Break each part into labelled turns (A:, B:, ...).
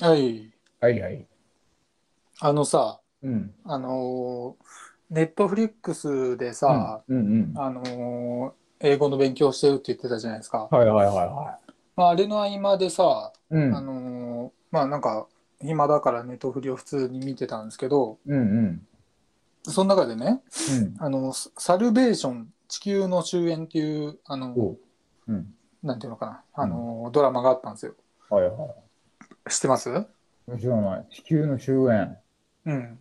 A: はい。
B: はいはい。
A: あのさ、
B: うん。
A: あのー、ネットフリックスでさ、
B: うんうん。
A: あのー、英語の勉強してるって言ってたじゃないですか。
B: はいはいはいは
A: まあ、あれの合間でさ、
B: い。うん。
A: あのー、まあなんか、暇だからネットフリを普通に見てたんですけど、
B: うんうん。
A: その中でね、
B: うん。
A: あの、ササルベーション、地球の終焉っていう、あの、
B: おう。うん。
A: なんていうのかな、あのー、ドラマがあったんですよ。
B: はいは
A: 知ってます
B: い。知らない。地球の終焉。
A: うん。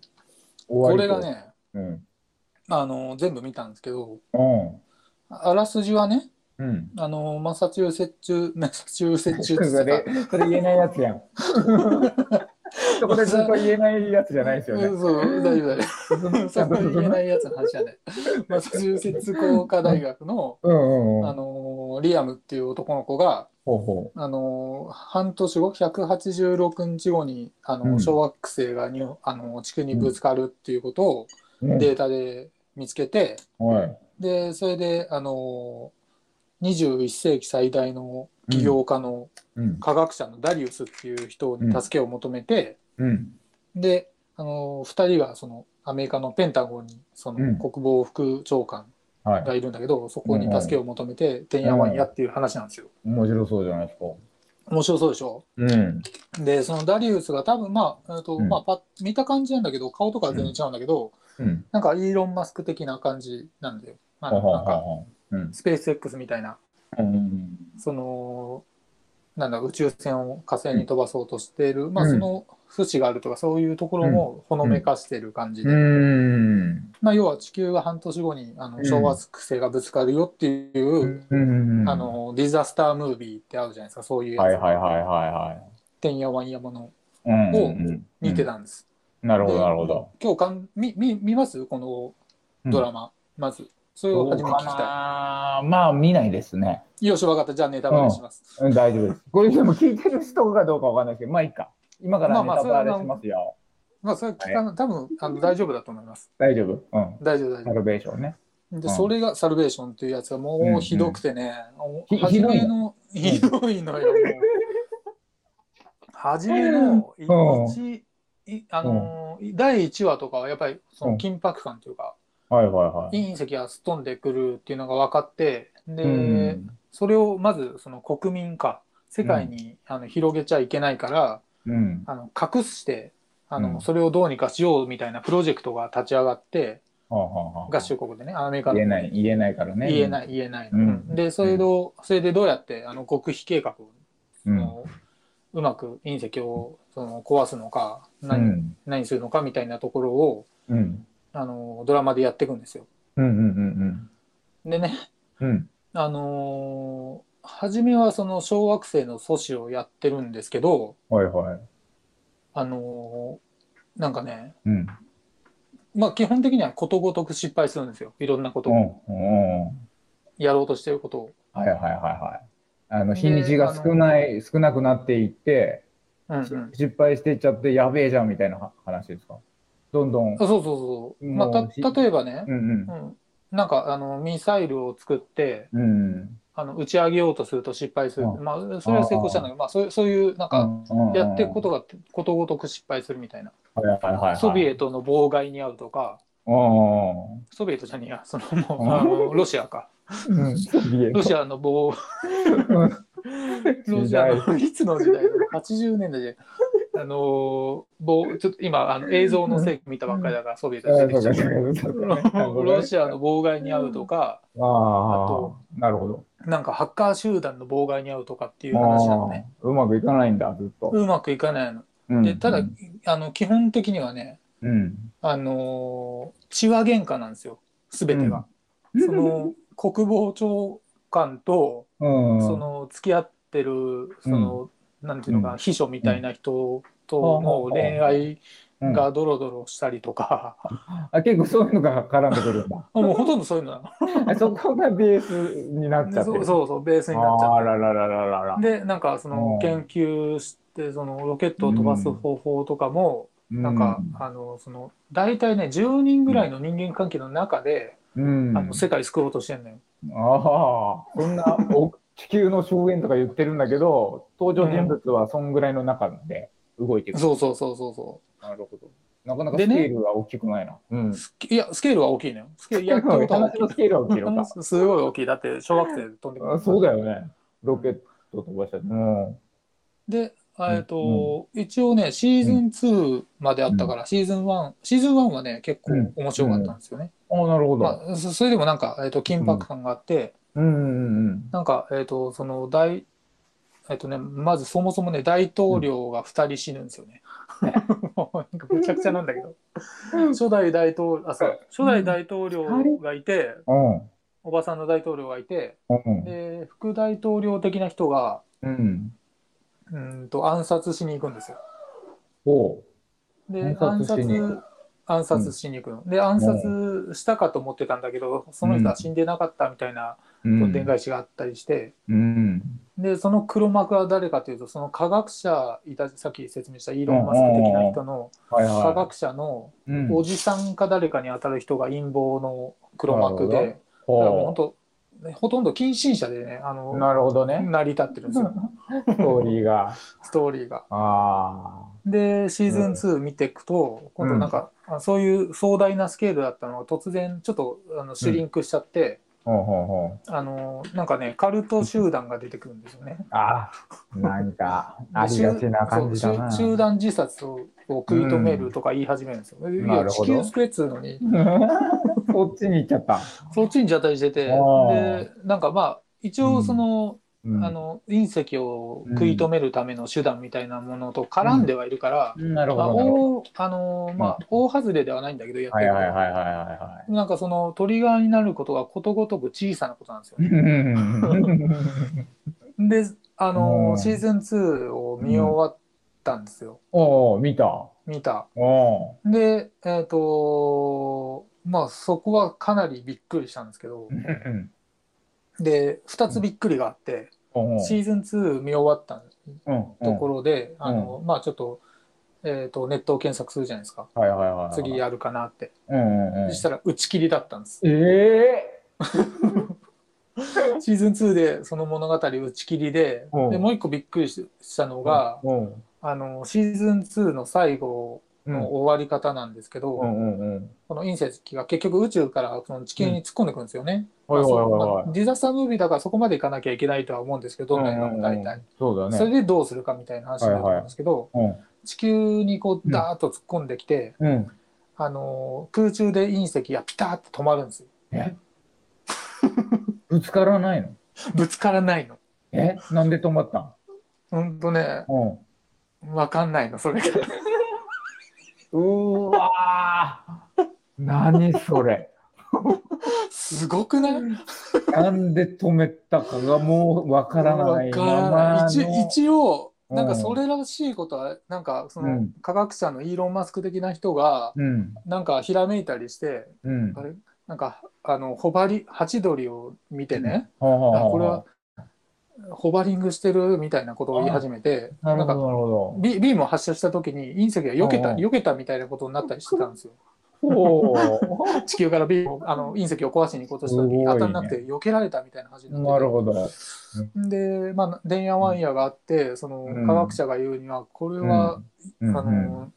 A: こ
B: 終わ
A: れ
B: りと
A: が。ね、
B: うん。
A: あのー、全部見たんですけど、
B: うん。
A: あらすじはね、
B: うん。
A: あのマサチューセッチューマサチューセッチューって
B: そ
A: 言
B: れ
A: って、
B: それ言えないやつ やん。そこでずっと言えないやつじゃないで
A: た
B: すよ
A: う
B: ね。
A: んそう大丈夫 大丈夫そこ言えないやつの話じゃないマサチューセッツ工科大学の、
B: うんうんうん。
A: あ
B: ほう
A: のーリアムっていう男の子が、
B: ほ
A: あのー半年後186日後に、あのー
B: うん
A: 小惑星がにあのー地球にぶつかるっていうことを
B: う。うん
A: データで見つけて、
B: はい。
A: でそれで、あのー21世紀最大の起業家の、
B: うん。
A: 科学者のダリウスっていう人に助けを求めて、
B: うん。
A: で、あの2人がそのアメリカのペンタゴンにそ
B: うん
A: の国防副長官
B: は
A: がいるんだけど、そこに助けを求めててんやわんやっていう話なんですよ。
B: い。面白そうじゃないですか。
A: 面白そうでしょ
B: うん。
A: でそのダリウスが多分まあ,、えっと
B: うん
A: まあ、パッ見た感じなんだけど顔とかは全然違うんだけど、
B: うん。
A: なんかイーロン・マスク的な感じなんだよ。あ
B: はは
A: のなんか
B: は。うん。
A: スペース X みたいな
B: うん。
A: そのなんだ宇宙船を火星に飛ばそうとしている、まあ、
B: うん
A: その節があるとかそういうところもほのめかしてる感じで、
B: うん。
A: まあ、要は地球が半年後にあ
B: う
A: の
B: ん
A: 小惑星がぶつかるよっていう、
B: うん。
A: あ、のディザスタームービーってあるじゃないですかそういうやつ、
B: はいはいはいはいは
A: てんやわんやもの
B: い。うん
A: を
B: うん
A: 見てたんです、
B: なるほど
A: で
B: なるほど。
A: 今日かんみみ見ますこのドラマ、まずそれ
B: ど
A: を
B: う
A: 初めて
B: か
A: 聞きた
B: なまあ見ないですね。
A: いよしわかったじゃあネタバレします、
B: うん、大丈夫です。これでも聞いてる人がどうかわかんないですけど、まあいいか。今から
A: まあま
B: ネ
A: あ
B: タバレしますよ。
A: まあそれは聞かな多分あの大丈夫だと思います
B: 大丈夫うん。
A: 大丈夫大丈夫
B: サルベーションね。
A: で、
B: うん
A: それがサルベーションっていうやつがもうひどくてね、
B: うん
A: もう初めの ひどいのよ。もう初めの一、いあのー第1話とかはやっぱりそ
B: うん
A: の緊迫感というか、
B: はいはいはい。
A: 隕石がすっ飛んでくるっていうのが分かってで、
B: うん
A: それをまずその国民か世界に、あの広げちゃいけないから
B: うん。
A: あの隠してあの、
B: うん
A: それをどうにかしようみたいなプロジェクトが立ち上がって
B: はあはあ
A: 合衆国でねアメリカ
B: 言
A: の
B: えない、言えないからね。
A: 言えない言えない、
B: うん
A: でそれで、それでどうやってあの極秘計画を、
B: うん。うん。
A: のうまく隕石をその壊すのか
B: う
A: 何,、
B: ん。
A: 何するのかみたいなところを
B: うん。
A: あのドラマでやっていくんですよ。
B: うん。うん。
A: でね、
B: うん。
A: あのー初めはその小惑星の阻止をやってるんですけど、
B: はいはい。
A: あのーなんかね、
B: うん。
A: まあ、基本的にはことごとく失敗するんですよいろんなこと
B: うん。う
A: を
B: ん。うん
A: やろうとしてることを。
B: はいはいはいはい。あの
A: で
B: 日にちが少ない、少なくなっていって、
A: うんうん、
B: し失敗していっちゃって、やべえじゃんみたいなは話ですか。どんどん。
A: あそうそうそう、まあ、
B: もうひ
A: た例えばね、
B: うん
A: うん、なんかあのミサイルを作って
B: うん。うん。
A: あの打ち上げようとすると失敗する、
B: うん
A: まあ、それは成功したんだけどまあ、そういうそういうなんか
B: うん
A: やっていくことがことごとく失敗するみたいな、
B: と。はいはいはいはい。
A: ソビ
B: ト。
A: エトの妨害に遭うとか
B: う
A: ソビエトじゃねえやそのもうあのロシアか
B: んうん。ソビエ
A: ロ
B: ト。
A: シアの妨ロ
B: 時
A: シア
B: 代
A: の いつの時代だろう80年代で。あのー、ちょっと今あの映像の世紀見たばっかりだからソビエト出てきちゃったロロシアの妨害に遭うとか
B: ア。あ
A: あ
B: と
A: と、
B: なるほど。
A: なんかハッカー集団の妨害に遭うとかっていう話なのね
B: あーうまくいかないんだ、ずっと。
A: うまくいかないの。
B: うん
A: でただ、
B: うん
A: あの基本的にはね、
B: うん。
A: あのー血は喧嘩なんですよ全てが。その国防長官と、
B: うん、
A: その付き合ってるその、なんていうのかな秘書みたいな人との恋愛
B: うん、
A: がドロドロしたりとか、
B: あ結構そういうのが絡んでくるんだ。
A: もうほとんどそういうのな
B: あそこがベースになっち
A: の
B: ゃって
A: そ
B: る。
A: うそうそうベースになっちゃ
B: あ
A: っ
B: らららららら。
A: てでなんかその
B: うん
A: 研究してそのロケットを飛ばす方法とかも、なんか、あのその大体ね10人ぐらいの人間関係の中で、
B: うん、
A: あの世界救おうとしてんのよ。
B: ああ、そんなお地球の終焉とか言ってるんだけど、登場人物はそんぐらいの中で、動いていく。
A: そうそうそうそうそ
B: なるほど。なかなか
A: で
B: スケ
A: ね
B: ールは大きくないな。うん
A: う。。スケいや、スケールは大きいのよ。スケール、やったことは大き
B: 話のスケールは大きいのか。
A: い。すごい大きい。だって、小学生で飛んでくる。
B: あそうだよね。ロケット飛ばしたり。うん。
A: で、えっと、一応ね、シーズン2まであったから、シーズン1、シーズン1はね、結構面白かったんですよね。
B: あなるほど。
A: まあ、そそれでもなんか、えっと、緊迫感があって、
B: うんうん
A: なんか、えっと、その、大、えっとね、まずそもそもね、大統領が2人死ぬんですよね。 もうなんかむちゃくちゃなんだけど。初代大統領、あ、そう、初代大統領がいて、
B: うん。
A: おばさんの大統領がいて、
B: うん。
A: で、副大統領的な人が、
B: うん。
A: うーんと、暗殺しに行くんですよ。
B: おう。
A: で、
B: 暗
A: 暗
B: 殺しに行く
A: 殺、暗殺しに行くの。で、暗殺したかと思ってたんだけど、その人は死んでなかったみたいな、
B: うん
A: でん返しがあったりして、
B: うん。
A: で、その黒幕は誰かというと、その科学者いた、さっき説明したイーロン・マスク的な人の、
B: はい
A: 科
B: は
A: 学者の
B: い。うん
A: おじさんか誰かに当たる人が陰謀の黒幕
B: な
A: で、
B: る
A: だからもう本
B: ほ
A: 当、ねほとんど近親者でね、あ
B: う
A: の、
B: なるほどね。
A: 成り立ってるんですよ、
B: ストーリーが。
A: ストーリーが。
B: あ
A: で、シーズン2見ていくと、今度なんか、あそういう壮大なスケールだったのが突然ちょっとあのシュリンクしちゃって、
B: あ。ほうほうほう。
A: あの、なんかね、カルト集団が出てくるんですよね。
B: ああ。なんか、
A: で
B: ありがちな感じだ
A: そう
B: な。
A: 集集団自殺を食い止めるとか言い始めるんですよ。い
B: な
A: や、
B: る
A: 地
B: ほど
A: 球救えっつうのに、
B: そっちに行っちゃった。
A: そっちに邪体してて、
B: あー
A: で、なんかまあ、一応その、
B: うん
A: あ、の、隕石を食い止めるための手段みたいなものと絡んではいるから、
B: なるほ
A: まあ、
B: どなるほど。
A: 大、あのーまあ、大外れではないんだけど、やって
B: はい
A: る
B: はいはいはいは
A: なんかそのトリガーになることがことごとく小さなことなんですよ
B: い。
A: ね。
B: はい。
A: で、あの
B: うん
A: ーシーズン2を見終わったんですよ。
B: おお見た。お
A: 見た。
B: お
A: で、えっ、とまあそこはかなりびっくりしたんですけど、で、2つびっくりがあって、シーズン2見終わったとこ
B: ろ。
A: ろで、あの、まあちょっと、えっ、と、ネットを検索するじゃないですか。
B: はいはいはいはい。
A: 次やるかなって。
B: うんうんうん
A: そしたら打ち切りだったんです。
B: ええ
A: シーズン2でその物語打ち切りで、
B: うん
A: でもう一個びっくりしたのが、
B: うん
A: あのシーズン2の最後
B: う
A: の
B: ん
A: 終わり方なんですけど、
B: うんうんうん。
A: この隕石が結局宇宙からその地球に突っ込んでくるんですよね。
B: はいはい
A: まあ
B: はい
A: そう
B: はい
A: まあ。ディザスタームービーだからそこまでいかなきゃいけないとは思うんですけど、どんな映画も大
B: うんうんう
A: 体
B: ん。そうだ
A: それ
B: ね。
A: でどうするかみたいな話になると思うんですけど、
B: うん
A: 地球にこうダーッと突っ込んできて、
B: うん。
A: あのー空中で隕石がピタッと止まるんですよ。
B: え ぶつからないの
A: ぶつからないの。
B: えなんで止まったん
A: ほんとね、
B: うん。
A: わかんないの、それが。
B: うーわー何 それ
A: すごくない
B: なんで止めたかがもうわからない
A: わからない一一応
B: うん
A: なんかそれらしいことはなんかそうの
B: ん
A: 科学者のイーロン・マスク的な人が
B: うん
A: なんかひらめいたりして
B: うん
A: あれなんかあのホバリハチドリを見てね、
B: はあはあ
A: あ
B: はあ
A: これはホバリングしてるみたいなことを言い始めて
B: なる
A: な
B: ほ
A: ん
B: ど
A: か
B: なるほど
A: ビビームを発射した時に隕石が避けた
B: うん
A: 避けたみたいなことになったりしてたんですよ
B: お
A: 地球からビームをあの隕石を壊しに行こうとした時
B: す
A: に
B: ごいね
A: 当たんなくて避けられたみたいな話にな
B: ー
A: ってて
B: なるほど
A: で、まあ、電夜ワンヤがあって、その
B: うん
A: 科学者が言うには、これは、
B: うん
A: あの、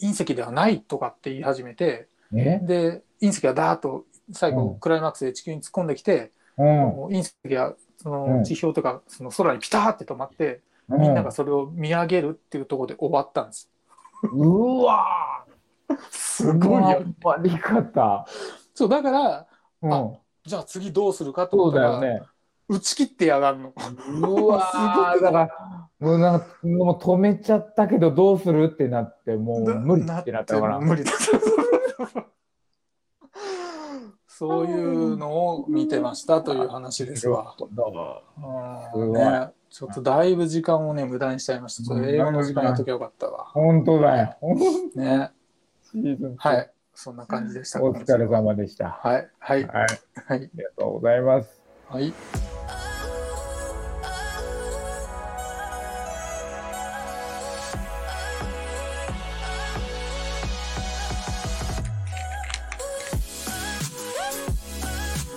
A: 隕石ではないとかって言い始めて、
B: うんえ
A: で、隕石がダーッと最後、
B: うん
A: クライマックスで地球に突っ込んできて、
B: うん
A: もう隕石がそ
B: うん
A: の地表とか、その空にピターって止まって、
B: う
A: みんながそれを見上げるっていうところで終わったんです。
B: うわ
A: す
B: ー
A: ごいよ。
B: 頑張り方
A: そう、だから、
B: うん
A: あじゃあ次どうするかと思
B: そう
A: った
B: だ
A: ら、
B: よね
A: 打ち切ってやがんの。
B: うわーだからもうなんかもう止めちゃったけどどうするってなってもう無理ってなったから
A: 無 理だったそういうのを見てましたという話ですわ。うん
B: すごい
A: ね、ちょっとだいぶ時間をね無駄にしちゃいました。それ映画の時間やっときゃよかったわ。
B: 本当だよ。
A: ね、
B: シーズン
A: は
B: 2
A: い、そんな感じでした。
B: お疲れ様でした。
A: はい、は
B: はい
A: い、、
B: あ
A: はい、
B: りがとうございます。
A: はい。
C: 「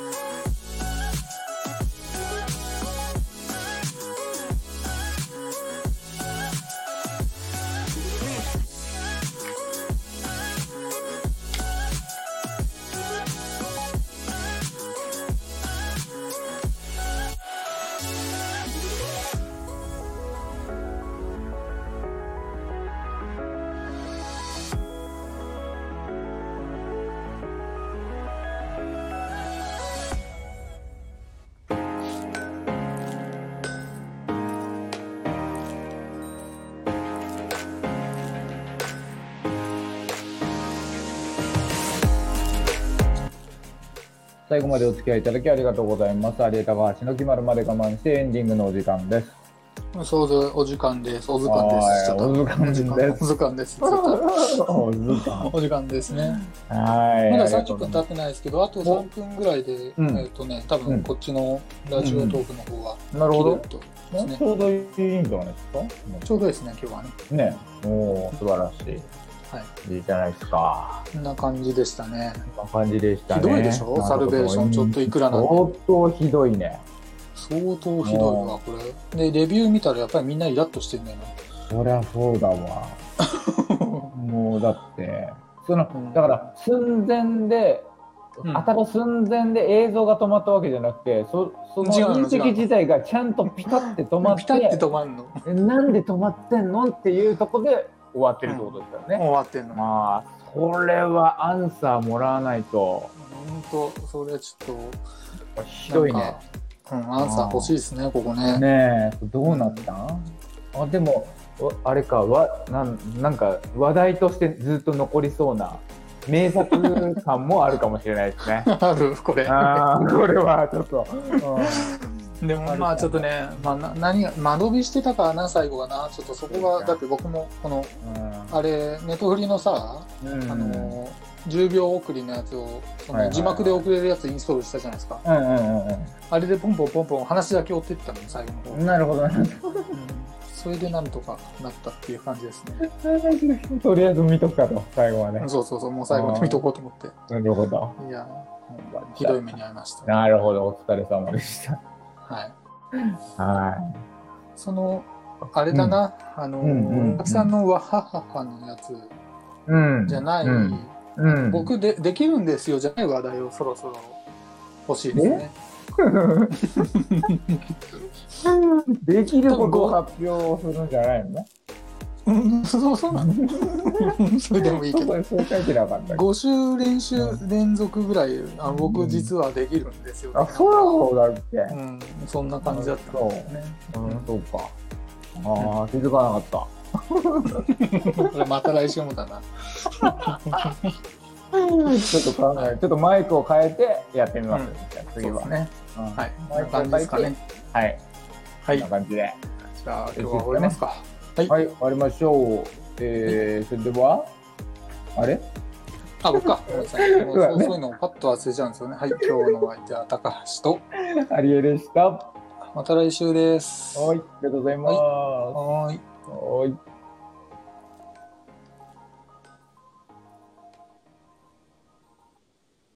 B: 最後までお付き合いいただきありがとうございます。有江高橋の決まるまで我慢してエンディングのお時間です。
A: そうそう、お時間です。お時間です。ちょっと
B: お時間です
A: お時間です。ちょっ
B: お時間
A: とお時間ですね。
B: はい。
A: まだ
B: ありが
A: 30
B: とうご
A: 分経
B: ざい
A: ってないですけど、あと3分ぐらいで、
B: うん
A: えっとね、多
B: う
A: 分
B: ん
A: こっちのラジオトークの方は、
B: ますなるほど。
A: 切れると思います
B: ち
A: ね。
B: ょうどいいんじゃないですか
A: ちょうどいいですね、今日はね。
B: ね。おお素晴らし
A: はい。
B: い。いいじゃないですか。
A: こんな感じでしたね。
B: こんな感じでしたね。
A: ひどいでしょサルベーションちょっといくらなんで。
B: 相当ひどいね。
A: 相当ひどいわ、これ。で、レビュー見たらやっぱりみんなイラッとしてんだよな。
B: そりゃそうだわ。 もうだって、そ
A: うん
B: の、だから寸前で、
A: うん
B: 当たる寸前で映像が止まったわけじゃなくて、そその
A: 違うの
B: 隕石
A: 違うの
B: 自体がちゃんとピタって止まっ
A: ピタって
B: て、
A: 止まんの。
B: なんで止まってんのっていうとこで終わってるってことですよね。
A: 終わってんの。
B: まあ、それはアンサーもらわないと、
A: 本当それはちょっ
B: ひ
A: と、
B: どい
A: なん
B: ね
A: か。。うん、アンサー欲しいですね、ここね。。
B: ねえ、どうなったんあ、でも、おあれか、わなんなんか話題としてずっと残りそうな名作感もあるかもしれないですね
A: ある、これ。
B: あーこれはちょっと、
A: でもまあちょっとね、まあ、な何が間延びしてたからな最後がなちょっとそこがだって僕もこのあれネットフリのさ、
B: うんうん
A: あの10秒送りのやつをそ
B: はい
A: の
B: はいはい
A: 字幕で送れるやつインストールしたじゃないですか、
B: うんうんうん
A: あれでポンポンポンポン話だけ追ってったの最後の方、
B: う
A: うん
B: んなるほどね
A: それでなんとかなったっていう感じですね
B: とりあえず見とくかと最後はね
A: そうそうそうもう最後に見とこうと思って
B: なるほど
A: いやーひどい目に遭いました
B: なるほどお疲れ様でした
A: はい
B: は
A: そのあれだな、あの、
B: うんうんうん
A: 大木さんのわはははのやつ
B: いうん
A: じゃない、
B: うんうん、
A: 僕でできるんですよじゃない話題をそろそろ欲しいですね。
B: できることを発表するんじゃないの
A: うん、そうそう なの。それでもいいけ
B: そ
A: ど。
B: こにそう書いてなかったっけ
A: 5週練習連続ぐらい、あの僕実はできるんですよ、
B: あそうだっけ、
A: うん、そんな感じだったんだよね。
B: うん、そうかああ気づかなかった
A: これまた来週もだな。
B: ちょっと考え、ちょっとマイクを変えてやってみます。
A: うん
B: じゃあ次は
A: そう。ですね。
B: うんは。
A: はいい。こんな感じですかね。は
B: こ
A: い。
B: ん
A: じ
B: な感じで。
A: ゃあ今日は終わりますか。はい。
B: はい、終わりましょう。えー、それでは、あれ
A: あ、僕か。ごめんなさいもう
B: そうだ
A: そう
B: ね
A: そういうのをパッと忘れちゃうんですよね。はい。今日のお相手は高橋と、
B: アリエでした。は
A: また来週です。
B: い、ありがとうございます。
A: はーい。
B: はい。